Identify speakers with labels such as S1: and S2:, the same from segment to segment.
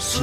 S1: 是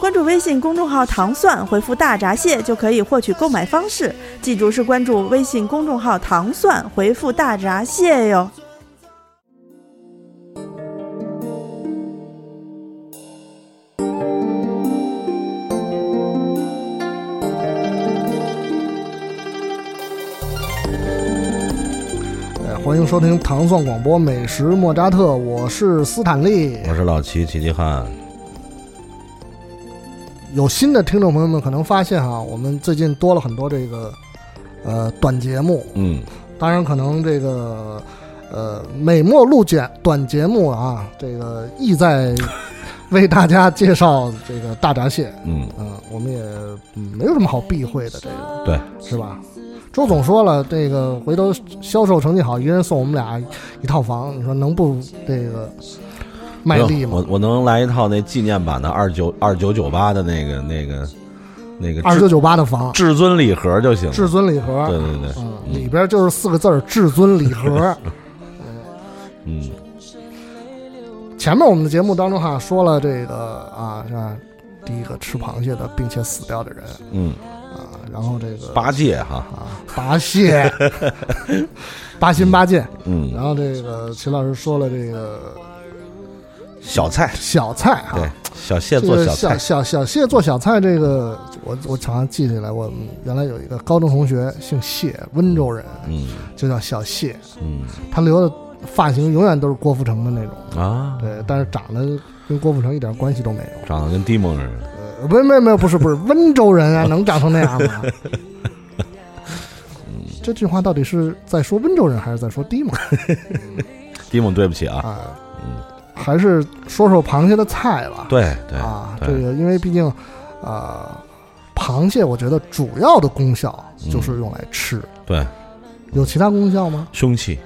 S2: 关注微信公众号“糖蒜”，回复“大闸蟹”就可以获取购买方式。记住是关注微信公众号“糖蒜”，回复“大闸蟹”哟。
S1: 哎，欢迎收听糖蒜广播美食莫扎特，我是斯坦利。
S3: 我是老齐，齐齐汉。
S1: 有新的听众朋友们可能发现哈，我们最近多了很多这个呃短节目，
S3: 嗯，
S1: 当然可能这个呃美墨录简短节目啊，这个意在为大家介绍这个大闸蟹，
S3: 嗯，
S1: 嗯、我们也嗯没有什么好避讳的，这个
S3: 对，
S1: 是吧？周总说了，这个回头销售成绩好，一人送我们俩一套房，你说能不这个卖力
S3: 我
S1: 吗？
S3: 我能来一套那纪念版的二九二九九八的那个那个那个
S1: 二
S3: 至
S1: 九九八的房，
S3: 至尊礼盒就行了。
S1: 至尊礼盒，
S3: 对对对，
S1: 嗯，
S3: 嗯
S1: 里边就是四个字儿“至尊礼盒
S3: 嗯，”。
S1: 前面我们的节目当中哈说了这个啊，是吧？第一个吃螃蟹的并且死掉的人
S3: 嗯，
S1: 啊，然后这个
S3: 八戒哈，
S1: 啊拔蟹， 八心八戒，然
S3: 嗯，
S1: 后这个齐老师说了这个
S3: 小菜，
S1: 小菜哈、
S3: 对，小蟹
S1: 啊这
S3: 做
S1: 个
S3: 小
S1: 小
S3: 菜，
S1: 小小蟹做小菜，这个我我常常记起来，我们原来有一个高中同学姓谢，温州人，
S3: 嗯
S1: 就叫小谢，
S3: 嗯
S1: 他留的发型永远都是郭富城的那种。
S3: 啊，
S1: 对，但是长得跟郭富城一点关系都没有。
S3: 长得跟地蒙人，
S1: 呃，不是，没有没有，不是不是，温州人啊，能长成那样 吗？这句话到底是在说温州人，还是在说地蒙
S3: 地蒙对不起啊，
S1: 啊？
S3: 嗯，
S1: 还是说说螃蟹的菜吧。
S3: 对对
S1: 啊，这
S3: 对
S1: 个因为毕竟，呃，螃蟹我觉得主要的功效
S3: 嗯
S1: 就是用来吃，
S3: 对，
S1: 有其他功效吗？
S3: 凶器，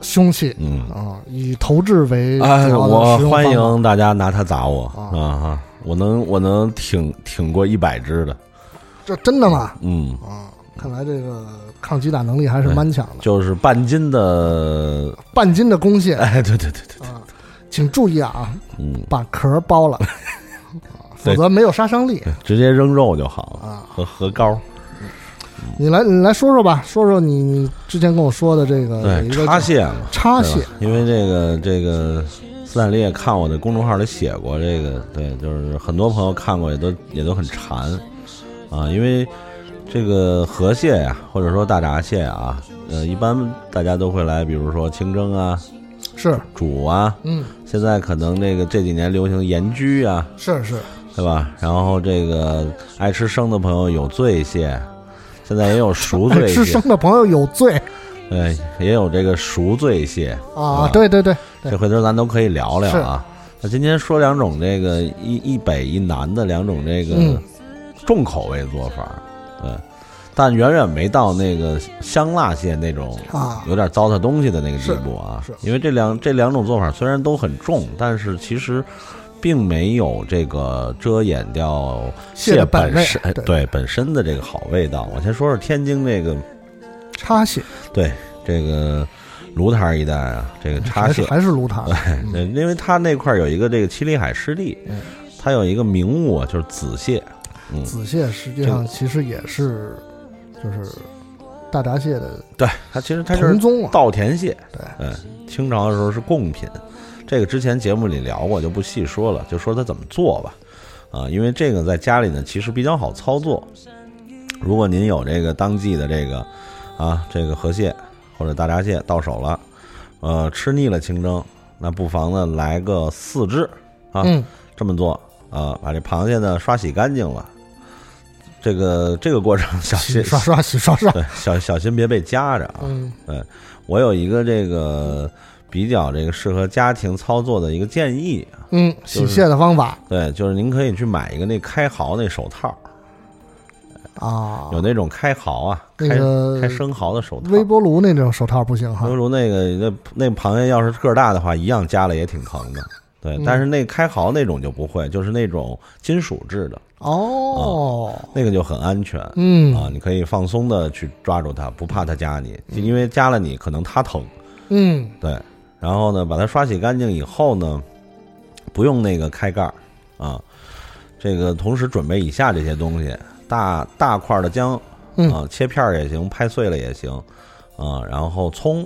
S1: 凶器
S3: 嗯，
S1: 啊，以投掷为主要
S3: 哎，
S1: 嗯的
S3: 我
S1: 使用方法
S3: 欢迎大家拿它砸我
S1: 啊
S3: 啊哈，我能我能挺挺过一百只的，
S1: 这真的吗？
S3: 嗯，
S1: 啊，看来这个抗击打能力还是蛮强的。
S3: 就是半 斤的，
S1: 半斤的公蟹
S3: 哎，对对对对，
S1: 啊，请注意啊，
S3: 嗯，
S1: 把壳剥 了，啊否则没有杀伤力
S3: 对直接扔肉就好了，
S1: 啊。
S3: 和和膏，
S1: 你来，你来说说吧，说说你你之前跟我说的这个有
S3: 对
S1: 呃一，个
S3: 插蟹嘛，
S1: 插蟹
S3: 对吧，因为这个这个斯坦利也看我的公众号里写过这个，对，就是很多朋友看过也都也都很馋啊，因为这个河蟹呀、或者说大闸蟹啊，呃，一般大家都会来，比如说清蒸啊、
S1: 是，
S3: 煮啊，
S1: 嗯，
S3: 现在可能这个这几年流行盐焗啊，
S1: 是是，
S3: 对吧？然后这个爱吃生的朋友有醉蟹，现在也 有熟醉
S1: 哎吃
S3: 蟹
S1: 生，的朋友有罪
S3: 对，也有这个熟醉蟹，
S1: 啊
S3: 啊！
S1: 对对对，对
S3: 这回头咱都可以聊聊啊。那今天说两种这个一一北一南的两种这个
S1: 嗯
S3: 重口味做法，对，但远远没到那个香辣蟹那种
S1: 啊，
S3: 有点糟蹋东西的那个地步啊
S1: 是。是
S3: 因为这两这两种做法虽然都很重，但是其实并没有这个遮掩掉
S1: 蟹
S3: 蟹
S1: 的本
S3: 本
S1: 味
S3: 身呃
S1: 对
S3: 对本身的这个好味道。我先说说天津这个
S1: 插蟹
S3: 对这个芦台一带啊，这个
S1: 还
S3: 茶
S1: 是
S3: 蟹。
S1: 还是芦塔，
S3: 对，因为它那块儿有一个这个七里海湿地
S1: 嗯，
S3: 它有一个名物啊，就是紫蟹。嗯，
S1: 子蟹实际
S3: 这
S1: 上其实也是就是大闸蟹的
S3: 对，它其实它就
S1: 同
S3: 是
S1: 宗啊，
S3: 稻田蟹。
S1: 对，
S3: 嗯，清朝的时候是贡品，这个之前节目里聊过，就不细说了，就说它怎么做吧。啊，因为这个在家里呢，其实比较好操作。如果您有这个当季的这个啊，这个河蟹或者大闸蟹到手了，呃，吃腻了清蒸，那不妨呢来个四只啊，
S1: 嗯，
S3: 这么做啊，把这螃蟹呢刷洗干净了。这个这个过程小
S1: 洗
S3: 心
S1: 刷刷洗刷刷，
S3: 对小小心别被夹着啊！
S1: 嗯
S3: 我有一个这个比较这个适合家庭操作的一个建议啊，
S1: 嗯，洗蟹的方法
S3: 对，就是您可以去买一个那开蚝那手套，的，
S1: 啊，
S3: 有那种开蚝啊，
S1: 那
S3: 开
S1: 个
S3: 开生蚝的手套。
S1: 微波啊炉那种手套不行哈
S3: 微波。炉那个那那螃蟹要是个儿大的话，一样夹了也挺疼的。对，
S1: 嗯
S3: 但是那开蚝那种就不会，就是那种金属制的，
S1: 哦，
S3: 那个就很安全啊，
S1: 嗯
S3: 你可以放松的去抓住它，不怕它夹你，因为夹了你可能它疼。
S1: 嗯
S3: 对，然后呢，把它刷洗干净以后呢，不用那个开盖儿啊。这个同时准备以下这些东西：大大块儿的姜
S1: 嗯
S3: 啊，切片儿也行，拍碎了也行啊。然后葱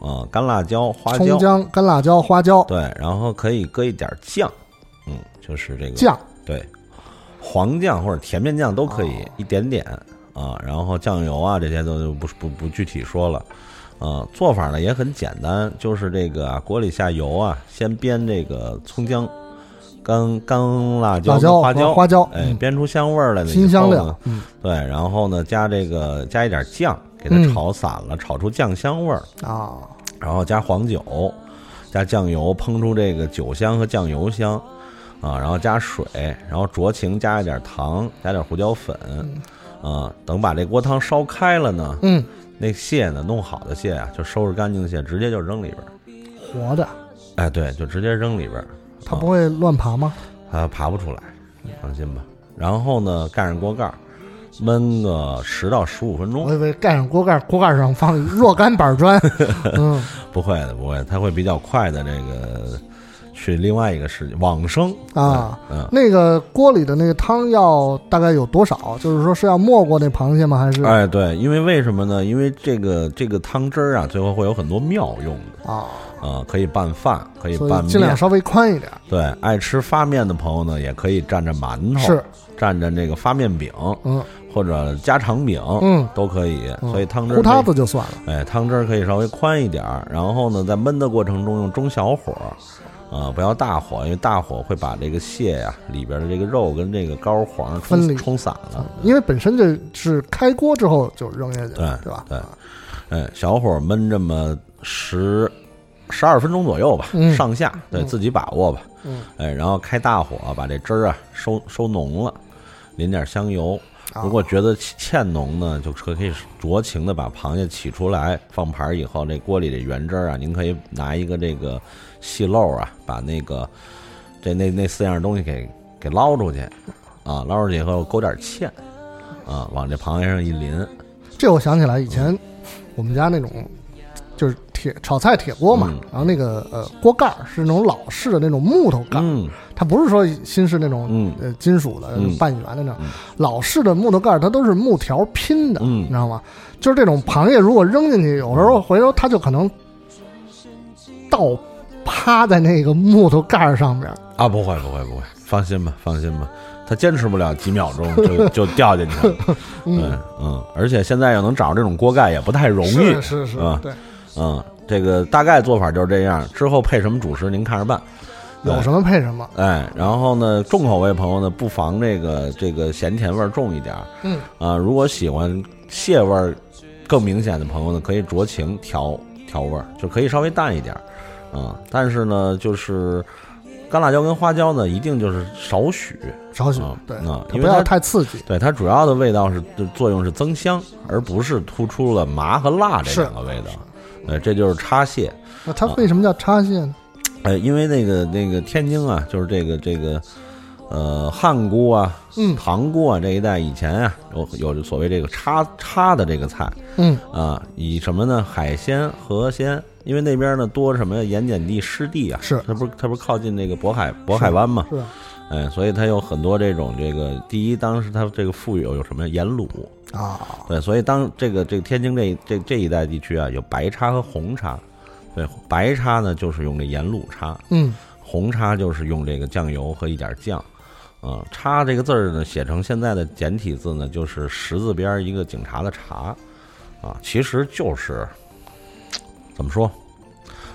S3: 啊，干辣椒、花椒
S1: 葱，姜、干辣椒、花椒、
S3: 对，然后可以搁一点儿酱，嗯，就是这个
S1: 酱，
S3: 对，黄酱或者甜面酱都可以，
S1: 哦
S3: 一点点啊。然后酱油啊这些都就不不不具体说了。啊，做法呢也很简单，就是这个、啊、锅里下油啊，先煸这个葱姜、干干辣椒、
S1: 辣椒、
S3: 花椒、
S1: 花椒，
S3: 哎，
S1: 嗯，
S3: 煸出香味儿来了以后呢，
S1: 新香料，嗯
S3: 对，然后呢加这个加一点酱，给它
S1: 嗯
S3: 炒散了，炒出酱香味儿，
S1: 啊，
S3: 然后加黄酒，加酱油，烹出这个酒香和酱油香，啊，然后加水，然后酌情加一点糖，加点胡椒粉，啊，等把这锅汤烧开了呢，
S1: 嗯，
S3: 那蟹呢，弄好的蟹啊，就收拾干净的蟹，直接就扔里边儿，
S1: 活的，
S3: 哎，对，就直接扔里边儿，
S1: 它不会乱爬吗？
S3: 它爬不出来，放心吧。然后呢，盖上锅盖儿，焖个十到十五分钟
S1: 我，以为盖上锅盖，锅盖上放若干板 砖， 嗯，
S3: 不会的，不会的，它会比较快的这个去另外一个世界往生
S1: 啊，
S3: 嗯。嗯
S1: 那个锅里的那个汤要大概有多少？就是说是要没过那螃蟹吗？还是
S3: 哎，对，因为为什么呢？因为这个这个汤汁儿啊，最后会有很多妙用的
S1: 啊？
S3: 啊、可以拌饭，可以
S1: 所
S3: 拌
S1: 以尽量
S3: 哎面。
S1: 稍微宽一点，
S3: 对，爱吃发面的朋友呢，也可以蘸着馒头，
S1: 是，
S3: 蘸着这个发面饼
S1: 嗯
S3: 或者家常饼，
S1: 嗯，
S3: 都可以。
S1: 嗯
S3: 所以汤汁
S1: 糊
S3: 哦儿
S1: 塌
S3: 可
S1: 子
S3: 以
S1: 就算了，
S3: 哎，汤汁儿可以稍微宽一点儿，然后呢，在焖的过程中用中小火，啊、不要大火，因为大火会把这个蟹呀、里边的这个肉跟这个膏黄
S1: 分
S3: 冲
S1: 离
S3: 冲散了。
S1: 嗯因为本身就是开锅之后就扔下去了，
S3: 对
S1: 对吧？
S3: 对哎，小火焖这么十十二分钟左右吧，
S1: 嗯
S3: 上下对、
S1: 嗯
S3: 自己把握吧。
S1: 嗯，
S3: 哎，然后开大火把这汁儿啊收收浓了，淋点香油。
S1: 啊
S3: 如果觉得欠浓呢，就可以酌情的把螃蟹起出来，放盘儿以后，这锅里的原汁儿啊，您可以拿一个这个细漏啊，把那个这那那四样东西给给捞出去啊，捞出去以后勾点芡啊，往这螃蟹上一淋，啊
S1: 这我想起来以
S3: 嗯
S1: 前我们家那种就是铁炒菜铁锅嘛
S3: 嗯，
S1: 然后那个呃锅盖儿是那种老式的那种木头盖儿，
S3: 嗯
S1: 它不是说新式那种。
S3: 嗯
S1: 呃，金属的
S3: 嗯
S1: 半圆的那种
S3: 嗯，
S1: 老式的木头盖儿，它都是木条拼的，
S3: 嗯
S1: 你知道吗？就是这种螃蟹，如果扔进去，有时候回头它就可能倒趴在那个木头盖儿上面儿，
S3: 啊，不会不会不会，放心吧放心吧，它坚持不了几秒钟就就掉进去了。
S1: 嗯
S3: 嗯，嗯，而且现在要能找着这种锅盖也不太容易
S1: 是。是是
S3: 啊，
S1: 对，
S3: 嗯，这个大概做法就是这样，之后配什么主食您看着办。嗯
S1: 有什么配什么，
S3: 哎，然后呢，重口味朋友呢，不妨这个这个咸甜味儿重一点儿
S1: 嗯
S3: 啊。如果喜欢蟹味儿更明显的朋友呢，可以酌情调调味儿，就可以稍微淡一点儿啊。但是呢，就是干辣椒跟花椒呢，一定就是少许，
S1: 少许
S3: 啊
S1: 对，
S3: 啊，
S1: 它
S3: 因
S1: 不
S3: 为它
S1: 要太刺激，
S3: 对它主要的味道是作用是增香，而不是突出了麻和辣这两个味道。呃，这就是叉蟹。
S1: 那啊它
S3: 啊
S1: 为什么叫插蟹呢？
S3: 呃，因为那个那个天津啊，就是这个这个呃汉姑啊、
S1: 嗯
S3: 塘姑啊这一带以前啊，有有所谓这个叉叉的这个菜
S1: 嗯
S3: 啊，以什么呢？海鲜、河鲜。因为那边呢多什么呀？盐碱地、湿地啊，
S1: 是
S3: 它不是它不是靠近那个渤海渤海湾嘛，
S1: 是啊
S3: 哎，所以它有很多这种这个第一，当时它这个富有有什么呀盐卤，
S1: 啊，
S3: 对，所以当这个这个天津这这这一带地区啊，有白叉和红叉。对，白叉呢就是用这盐卤叉，
S1: 嗯
S3: 红叉就是用这个酱油和一点酱。嗯，叉这个字儿呢，写成现在的简体字呢，就是十字边儿一个警察的察，啊，其实就是怎么说？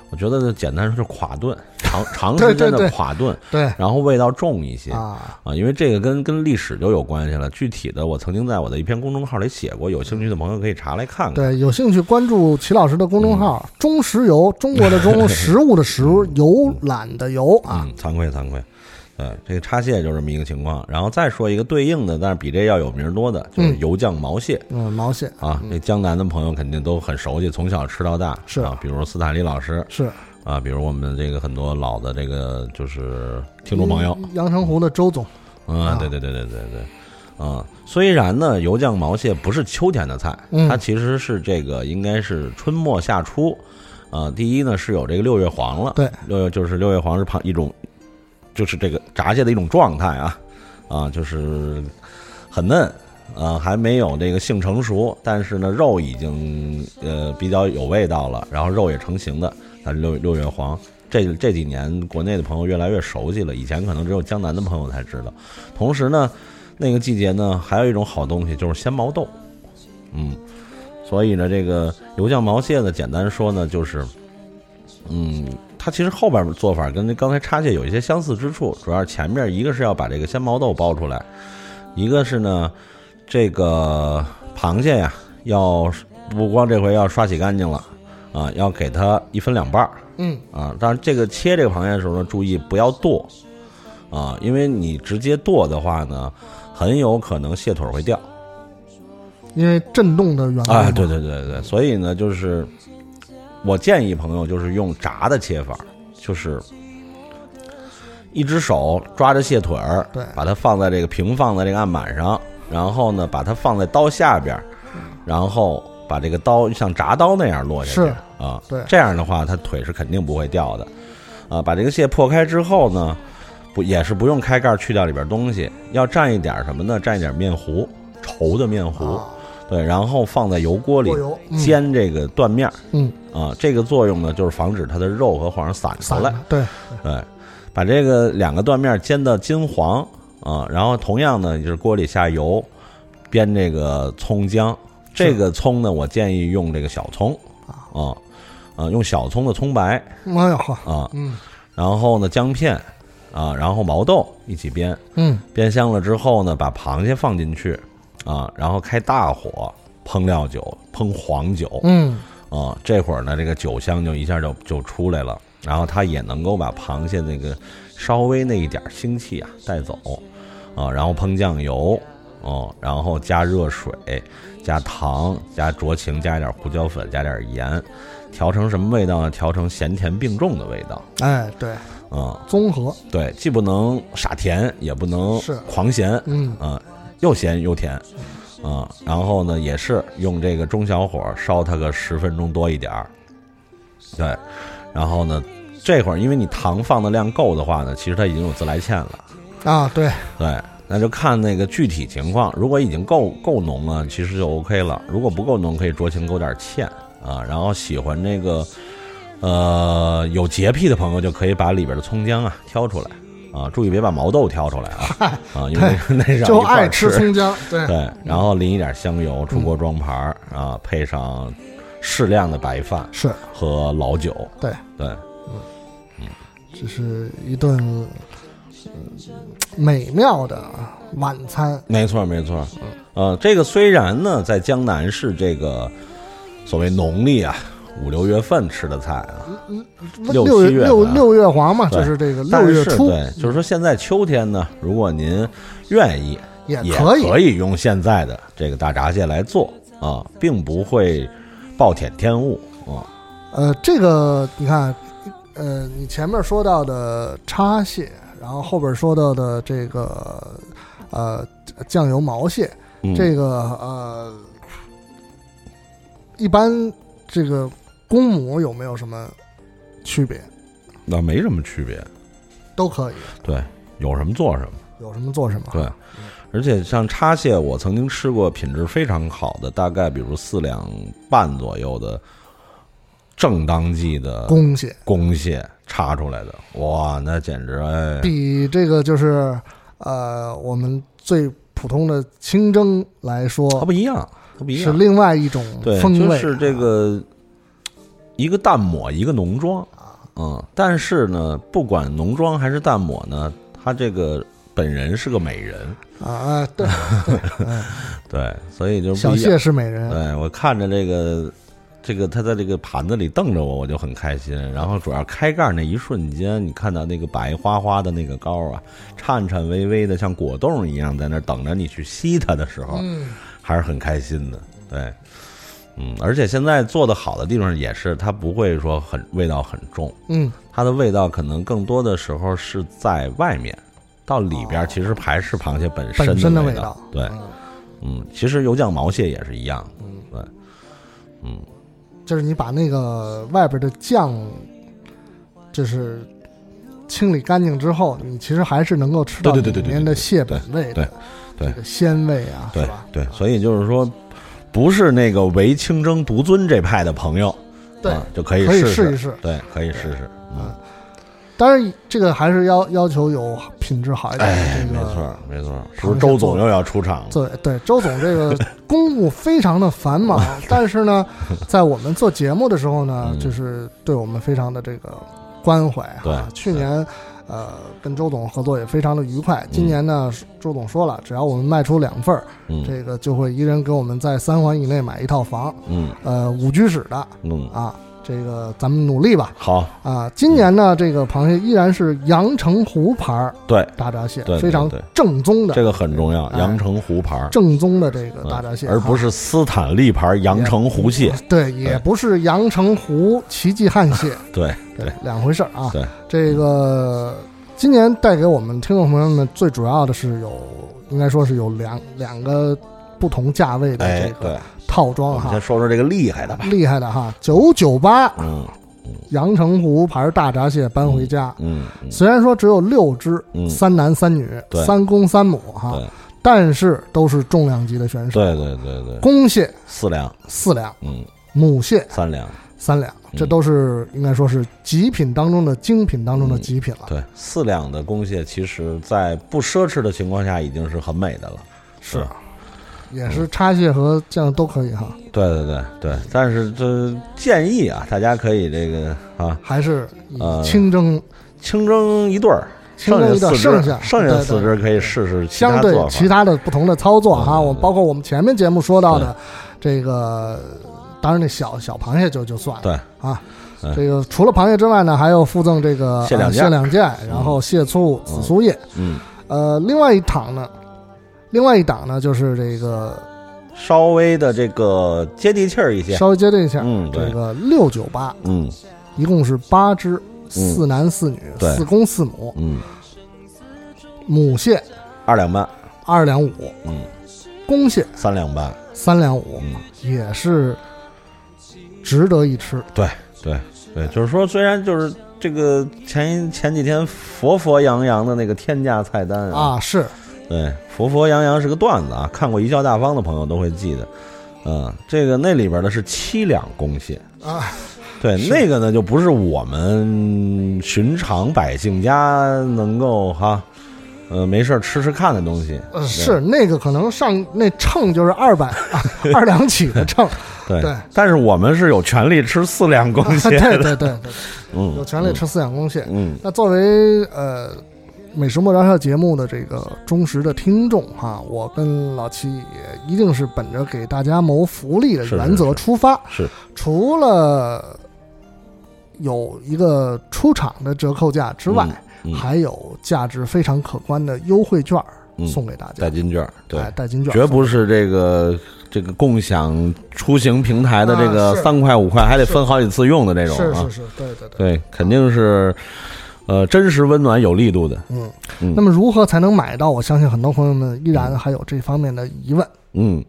S3: 我觉得简单说是垮炖，长长时间
S1: 对对
S3: 的
S1: 对
S3: 垮炖，
S1: 对
S3: 然后味道重一些
S1: 啊，
S3: 啊，因为这个跟跟历史就有关系了。具体的，我曾经在我的一篇公众号里写过，有兴趣的朋友可以查来看看。
S1: 对，有兴趣关注齐老师的公众号
S3: 嗯
S1: “中 石油”，中国的中，食物的食，游览的游啊，
S3: 嗯嗯，惭愧惭愧。对，这个叉蟹就这么一个情况。然后再说一个对应的，但是比这要有名多的，就是
S1: 嗯
S3: 油酱毛蟹。
S1: 嗯，毛蟹
S3: 啊，这江南的朋友肯定都很熟悉，从小吃到大
S1: 是
S3: 啊，比如斯坦利老师
S1: 是
S3: 啊，比如我们这个很多老的这个就是听众朋友，
S1: 阳澄湖的周总，
S3: 嗯，
S1: 啊
S3: 对对对对对对，嗯，虽然呢油酱毛蟹不是秋天的菜，
S1: 嗯
S3: 它其实是这个应该是春末夏初，啊、第一呢是有这个六月黄了，
S1: 对，
S3: 六月就是六月黄是旁一种，就是这个闸蟹的一种状态啊，啊，就是很嫩。啊，还没有这个性成熟，但是呢，肉已经呃比较有味道了，然后肉也成型的。那六六月黄，这这几年国内的朋友越来越熟悉了，以前可能只有江南的朋友才知道。同时呢，那个季节呢，还有一种好东西就是鲜毛豆，嗯，所以呢，这个油酱毛蟹呢，简单说呢，就是，嗯，它其实后边做法跟那刚才叉蟹有一些相似之处，主要是前面一个是要把这个鲜毛豆剥出来，一个是呢，这个螃蟹呀，要不光这回要刷洗干净了啊，要给它一分两半儿。
S1: 嗯
S3: 啊，当然这个切这个螃蟹的时候呢，注意不要剁啊，因为你直接剁的话呢，很有可能蟹腿儿会掉。
S1: 因为震动的原因
S3: 啊，
S1: 嘛
S3: 对对对对，所以呢，就是我建议朋友就是用炸的切法，就是一只手抓着蟹腿儿，
S1: 对
S3: 把它放在这个平放在这个案板上，然后呢，把它放在刀下边儿，
S1: 嗯
S3: 然后把这个刀像铡刀那样落下去啊，
S1: 对
S3: 这样的话，它腿是肯定不会掉的啊。把这个蟹破开之后呢。不也是不用开盖儿去掉里边东西，要蘸一点儿什么呢？蘸一点儿面糊，稠的面糊，
S1: 啊，
S3: 对，然后放在油锅里
S1: 过油嗯
S3: 煎这个断面儿
S1: 嗯，
S3: 啊，这个作用呢就是防止它的肉和黄散出
S1: 散
S3: 来。
S1: 了，对，
S3: 对，把这个两个断面儿煎到金黄啊，然后同样呢就是锅里下油，煸这个葱姜。这个葱呢，我建议用这个小葱啊，啊，用小葱的葱白
S1: 哎呦呵，
S3: 啊，
S1: 嗯
S3: 然后呢姜片啊，然后毛豆一起煸。
S1: 嗯
S3: 煸香了之后呢，把螃蟹放进去啊，然后开大火烹料酒，烹黄酒
S1: 嗯，
S3: 啊。这会儿呢，这个酒香就一下就就出来了，然后它也能够把螃蟹那个稍微那一点儿腥气啊带走啊，然后烹酱油哦、然后加热水，加糖，加酌情，加一点胡椒粉，加点盐，调成什么味道呢？调成咸甜并重的味道
S1: 哎对，
S3: 啊、
S1: 综合，
S3: 对，既不能傻甜，也不能
S1: 是
S3: 狂咸，
S1: 嗯
S3: 啊，又咸又甜，啊，然后呢也是用这个中小火烧它个十分钟多一点儿，对，然后呢这会儿因为你糖放的量够的话呢，其实它已经有自来芡了，
S1: 啊对，
S3: 对，那就看那个具体情况，如果已经够够浓了，其实就 OK 了，如果不够浓可以酌情勾点芡啊，然后喜欢那个呃有洁癖的朋友就可以把里边的葱姜啊挑出来。啊，注意别把毛豆挑出来啊！ 啊，因为那那是
S1: 就
S3: 一块儿
S1: 爱吃葱 姜，对，
S3: 对，然后淋一点香油，出锅装盘儿啊，配上适量的白饭
S1: 是，
S3: 和老酒。
S1: 对
S3: 对，
S1: 这是一顿嗯美妙的晚餐，
S3: 没错没错。呃，这个虽然呢，在江南是这个所谓农历啊五六月份吃的菜啊，六
S1: 六
S3: 七月
S1: 月六
S3: 份啊
S1: 六月黄嘛，
S3: 对
S1: 就是这个
S3: 但
S1: 六
S3: 是
S1: 月初
S3: 对，就是说现在秋天呢，如果您愿意，
S1: 也
S3: 也
S1: 可以，
S3: 以用现在的这个大闸蟹来做啊，并不会暴殄天物啊。
S1: 呃，这个你看，呃，你前面说到的叉蟹，然后后边说到的这个呃酱油毛蟹，
S3: 嗯
S1: 这个呃，一般这个公母有没有什么区别？
S3: 那没什么区别，
S1: 都可以，
S3: 对，有什么做什么。
S1: 有什么做什么。
S3: 对，而且像叉蟹，我曾经吃过品质非常好的，大概比如四两半左右的正当季的
S1: 公蟹
S3: 公蟹叉出来的，哇，那简直哎，
S1: 比这个就是呃我们最普通的清蒸来说
S3: 它不一样，它不一
S1: 是
S3: 样，
S1: 另外一种
S3: 对，
S1: 风
S3: 就
S1: 味，
S3: 是这个一个淡抹，一个浓妆，嗯，但是呢，不管浓妆还是淡抹呢，它这个本人是个美人，
S1: 啊啊，对，
S3: 对，所以就不
S1: 小
S3: 一样哎
S1: 蟹是美人，
S3: 对我看着这个这个它在这个盘子里瞪着我，我就很开心。然后主要开盖那一瞬间，你看到那个白花花的那个膏啊，颤颤巍巍的像果冻一样在那儿等着你去吸它的时候，
S1: 嗯，
S3: 还是很开心的。对，嗯，而且现在做的好的地方也是，它不会说很味道很重，
S1: 嗯，
S3: 它的味道可能更多的时候是在外面，到里边
S1: 哦
S3: 儿其实还是螃蟹本
S1: 本身的
S3: 味
S1: 道，
S3: 对，
S1: 嗯
S3: 嗯，其实油酱毛蟹也是一样的，对，嗯，
S1: 就是你把那个外边的酱，就是清理干净之后，你其实还是能够吃到
S3: 对对对对
S1: 里面的蟹本味
S3: 对
S1: 的，
S3: 对对
S1: 这个鲜味啊，
S3: 对
S1: 是吧？
S3: 对，所以就是说，不是那个唯清蒸独尊这派的朋友，
S1: 对
S3: 啊，就可以
S1: 可以
S3: 试
S1: 试一试
S3: 对，可以试试，嗯
S1: 嗯，当然这个还是要要求有品质好一点
S3: 哎，
S1: 的这
S3: 没
S1: 个。
S3: 错没错，是不是周总又要出场了？
S1: 对对，周总这个公务非常的繁 忙，但是呢，在我们做节目的时候呢，
S3: 嗯
S1: 就是对我们非常的这个关怀
S3: 对
S1: 啊。去
S3: 对
S1: 年，呃，跟周总合作也非常的愉快。今年呢，周总说了，只要我们卖出两份儿，
S3: 嗯
S1: 这个就会一人给我们在三环以内买一套房，
S3: 嗯
S1: 呃，五居室的
S3: 嗯，
S1: 啊。这个咱们努力吧
S3: 好，
S1: 啊！今年呢，这个螃蟹依然是阳澄湖牌儿
S3: 对，
S1: 大闸蟹
S3: 对，对
S1: 非常
S3: 对
S1: 正宗的
S3: 这个很重要，
S1: 哎
S3: 阳澄湖牌儿。
S1: 正宗的这个
S3: 嗯
S1: 大闸蟹，哎
S3: 而不
S1: 啊
S3: 是斯坦利牌阳澄湖蟹，
S1: 对，也不是阳澄湖奇迹旱蟹，
S3: 哎 对
S1: 对，两回事儿啊。
S3: 对，
S1: 这个今年带给我们听众朋友们最主要的是有，应该说是有两两个不同价位的
S3: 哎
S1: 这，个
S3: 对，
S1: 套
S3: 我
S1: 装
S3: 们
S1: 哈
S3: 先，说说这个厉害的吧，
S1: 厉害的哈，九九八
S3: 嗯
S1: 阳澄湖牌大闸蟹搬回家。
S3: 嗯嗯
S1: 虽然说只有六只，
S3: 嗯，
S1: 三男三女，
S3: 对
S1: 三公三母哈
S3: 对，
S1: 但是都是重量级的选手。
S3: 对对对对，
S1: 公蟹
S3: 四两，
S1: 四两，
S3: 嗯，
S1: 母蟹
S3: 三两，
S1: 三两，这
S3: 嗯
S1: 都是应该说是极品当中的精品当中的极品了。
S3: 嗯对，四两的公蟹，其实在不奢侈的情况下，已经是很美的了。
S1: 是，也是叉蟹和酱都可以哈，
S3: 对对对对，但是这建议啊，大家可以这个啊，
S1: 还是以
S3: 呃
S1: 清蒸
S3: 清蒸一对儿，
S1: 清蒸
S3: 剩下
S1: 一段，
S3: 四只，
S1: 剩下
S3: 剩
S1: 对
S3: 下
S1: 对
S3: 四只可以试试其
S1: 相
S3: 他
S1: 对
S3: 做
S1: 其
S3: 法。
S1: 他的不同的操作哈，
S3: 对对对
S1: 我们包括我们前面节目说到的这个，当然那小小螃蟹就就算了，
S3: 对
S1: 啊
S3: 嗯。
S1: 这个除了螃蟹之外呢，还有附赠这个
S3: 蟹
S1: 呃
S3: 两件
S1: 蟹两件，然后蟹醋、紫苏叶。
S3: 嗯，
S1: 呃，另外一档呢，另外一档呢就是这个
S3: 稍微的这个接地气儿一些。
S1: 稍微接近一下，
S3: 嗯，
S1: 这
S3: 对，
S1: 个六九八
S3: 嗯
S1: 一共是八只，四男四女，
S3: 对
S1: 四公四母，
S3: 嗯，
S1: 母蟹
S3: 二两半，
S1: 二两五，
S3: 嗯，
S1: 公蟹
S3: 三两半，
S1: 三两五，
S3: 嗯，
S1: 也是值得一吃。
S3: 对，就是说，虽然就是这个前一前几天佛佛扬扬的那个天价菜单
S1: 啊，是
S3: 对，佛佛扬扬是个段子啊，看过《一笑大方》的朋友都会记得。嗯，这个那里边的是七两公蟹，
S1: 啊，
S3: 对，
S1: 是
S3: 那个呢就不是我们寻常百姓家能够哈，呃，没事儿吃吃看的东西。
S1: 呃是那个可能上那秤就是二百 二两起的 秤，
S3: 对，
S1: 对
S3: 但是我们是有权利吃四两公蟹
S1: 啊 对对
S3: 的，
S1: 对对，
S3: 嗯，
S1: 有权利吃饲养公蟹。
S3: 嗯，
S1: 那作为呃美食莫扎特节目的这个忠实的听众哈，我跟老七也一定是本着给大家谋福利的
S3: 是是
S1: 原则
S3: 是
S1: 出发，
S3: 是
S1: 除了有一个出厂的折扣价之外，
S3: 嗯嗯
S1: 还有价值非常可观的优惠券儿
S3: 嗯
S1: 送给大家，
S3: 代金券儿，对
S1: 哎，，代金券儿
S3: 绝不是这个这个共享出行平台的这
S1: 啊
S3: 个
S1: 是
S3: 三块五块还得分好几次用的这种
S1: 是
S3: 啊
S1: 是，是，对对对。
S3: 对，肯定是，呃，真实、温暖、有力度的。
S1: 嗯嗯
S3: 嗯，
S1: 那么如何才能买到？我相信很多朋友们依然还有这方面的疑问。
S3: 嗯，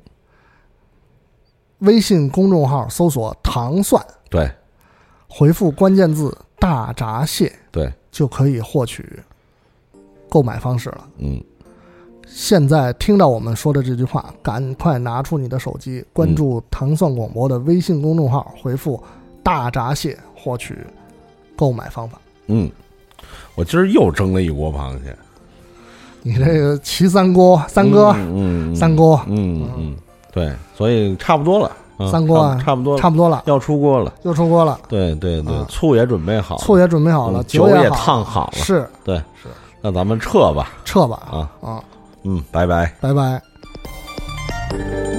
S1: 微信公众号搜索“糖蒜”，
S3: 对
S1: 回复关键字“大闸蟹
S3: 对，”
S1: 就可以获取购买方式了。
S3: 嗯，
S1: 现在听到我们说的这句话，赶快拿出你的手机，关
S3: 嗯
S1: 注糖蒜广播的微信公众号，回复“大闸蟹”获取购买方法。
S3: 嗯，我今儿又蒸了一锅螃蟹，
S1: 你这个齐三锅，三哥，
S3: 嗯，嗯，
S1: 三锅，
S3: 嗯嗯嗯，对，所以差不多了，嗯
S1: 三锅啊
S3: 差不多了
S1: 差不多了，
S3: 要出锅了，
S1: 又出锅了，
S3: 对对对
S1: 啊，
S3: 醋也准备好了，
S1: 醋也准备好
S3: 嗯
S1: 了，
S3: 酒
S1: 也
S3: 也
S1: 好了
S3: 烫好了，
S1: 是
S3: 对
S1: 是，
S3: 那咱们撤吧，
S1: 撤吧
S3: 啊，
S1: 啊，
S3: 嗯，拜拜。
S1: 拜拜。
S4: Thank